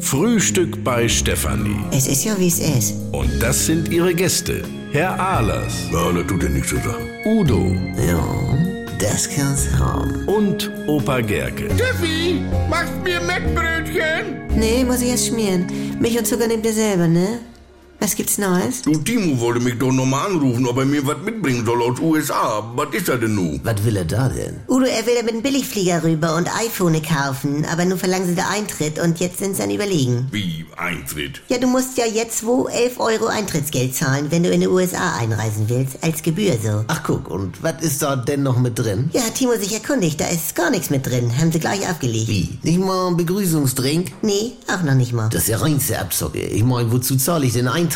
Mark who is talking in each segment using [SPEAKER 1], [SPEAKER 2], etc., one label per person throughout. [SPEAKER 1] Frühstück bei Stefanie.
[SPEAKER 2] Es ist ja, wie es ist.
[SPEAKER 1] Und das sind ihre Gäste. Herr Ahlers,
[SPEAKER 3] Ja, das tut ja nichts zu sagen.
[SPEAKER 1] Udo
[SPEAKER 2] Ja, das kann's haben.
[SPEAKER 1] und Opa Gerke.
[SPEAKER 4] Tiffy, machst mir Mettbrötchen?
[SPEAKER 2] Nee, muss ich erst schmieren. Milch und Zucker nehmt ihr selber, ne? Was gibt's Neues?
[SPEAKER 3] Du, Timo wollte mich doch nochmal anrufen, ob er mir was mitbringen soll aus USA. Was ist er denn nun?
[SPEAKER 5] Was will er da denn?
[SPEAKER 2] Udo, er will ja mit dem Billigflieger rüber und iPhone kaufen, aber nur verlangen sie da Eintritt und jetzt sind's dann überlegen.
[SPEAKER 3] Wie Eintritt?
[SPEAKER 2] Ja, du musst ja jetzt wo 11 Euro Eintrittsgeld zahlen, wenn du in die USA einreisen willst, als Gebühr so.
[SPEAKER 5] Ach guck, und was ist da denn noch mit drin?
[SPEAKER 2] Ja, hat Timo sich erkundigt, da ist gar nichts mit drin, haben sie gleich abgelegt.
[SPEAKER 5] Wie? Nicht mal ein Begrüßungsdrink?
[SPEAKER 2] Nee, auch noch nicht mal.
[SPEAKER 5] Das ist ja reinste Abzocke. Ich mein, wozu zahle ich denn Eintritt?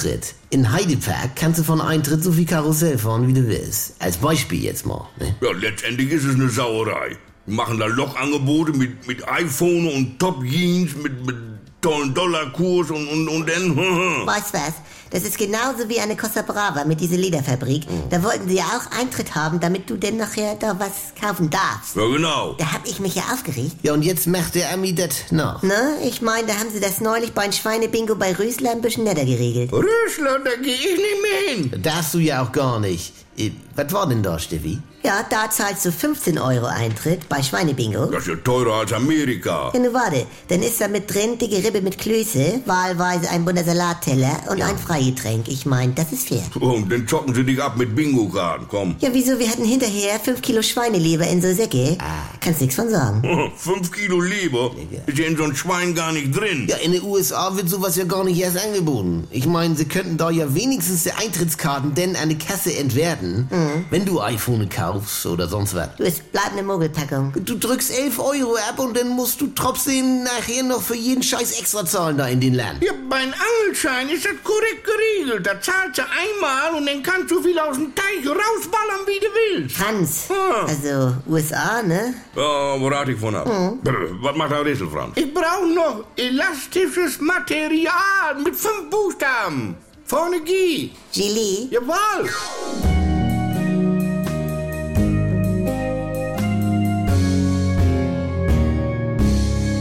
[SPEAKER 5] In Heidepark kannst du von Eintritt so viel Karussell fahren, wie du willst. Als Beispiel jetzt mal. Ne?
[SPEAKER 3] Ja, letztendlich ist es eine Sauerei. Die machen da Lochangebote mit, mit iPhone und Top Jeans, mit, mit tollen Dollarkurs und, und, und dann.
[SPEAKER 2] Weißt was? Das ist genauso wie eine Costa Brava mit dieser Lederfabrik. Da wollten sie ja auch Eintritt haben, damit du denn nachher da was kaufen darfst.
[SPEAKER 3] ja, genau.
[SPEAKER 2] Da hab ich mich ja aufgeregt.
[SPEAKER 5] Ja, und jetzt macht der Ami das nach.
[SPEAKER 2] Ne? Ich meine, da haben sie das neulich beim Schweinebingo bei Rösler ein bisschen netter geregelt.
[SPEAKER 3] Rösler, da gehe ich nicht mehr hin.
[SPEAKER 5] Da darfst du ja auch gar nicht. Äh, Was war denn da, Steffi?
[SPEAKER 2] Ja, da zahlst du 15 Euro Eintritt bei Schweinebingo.
[SPEAKER 3] Das ist ja teurer als Amerika.
[SPEAKER 2] Ja, nun warte, dann ist da mit drin dicke Rippe mit Klöße, wahlweise ein bunter Salatteller und ein Freigetränk. Ich meine, das ist fair.
[SPEAKER 3] Oh, und dann zocken sie dich ab mit Bingo-Karten, komm.
[SPEAKER 2] Ja, wieso? Wir hatten hinterher 5 Kilo Schweineleber in so Säcke. Kannst nix von sagen.
[SPEAKER 3] Fünf Kilo Leber ist ja in so ein Schwein gar nicht drin.
[SPEAKER 5] Ja, in den USA wird sowas ja gar nicht erst angeboten. Ich meine, sie könnten da ja wenigstens die Eintrittskarten denn an die Kasse entwerten, wenn du iPhone kaufst oder sonst was.
[SPEAKER 2] Du, es bleibt eine Mogelpackung.
[SPEAKER 5] Du drückst 11 Euro ab und dann musst du trotzdem nachher noch für jeden Scheiß extra zahlen da in den Land.
[SPEAKER 4] Ja, beim Angelschein ist das korrekt geregelt. Da zahlst du einmal und dann kannst du viel aus dem Teich rausballern, wie du willst.
[SPEAKER 2] Franz,
[SPEAKER 4] Hm.
[SPEAKER 2] also USA, ne?
[SPEAKER 3] Ja, wo rate ich von ab? Brr, Was macht der Rieselfranz?
[SPEAKER 4] Ich brauche noch elastisches Material mit fünf Buchstaben. Vorne G.
[SPEAKER 2] Gelee?
[SPEAKER 4] Jawohl.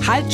[SPEAKER 6] Halt,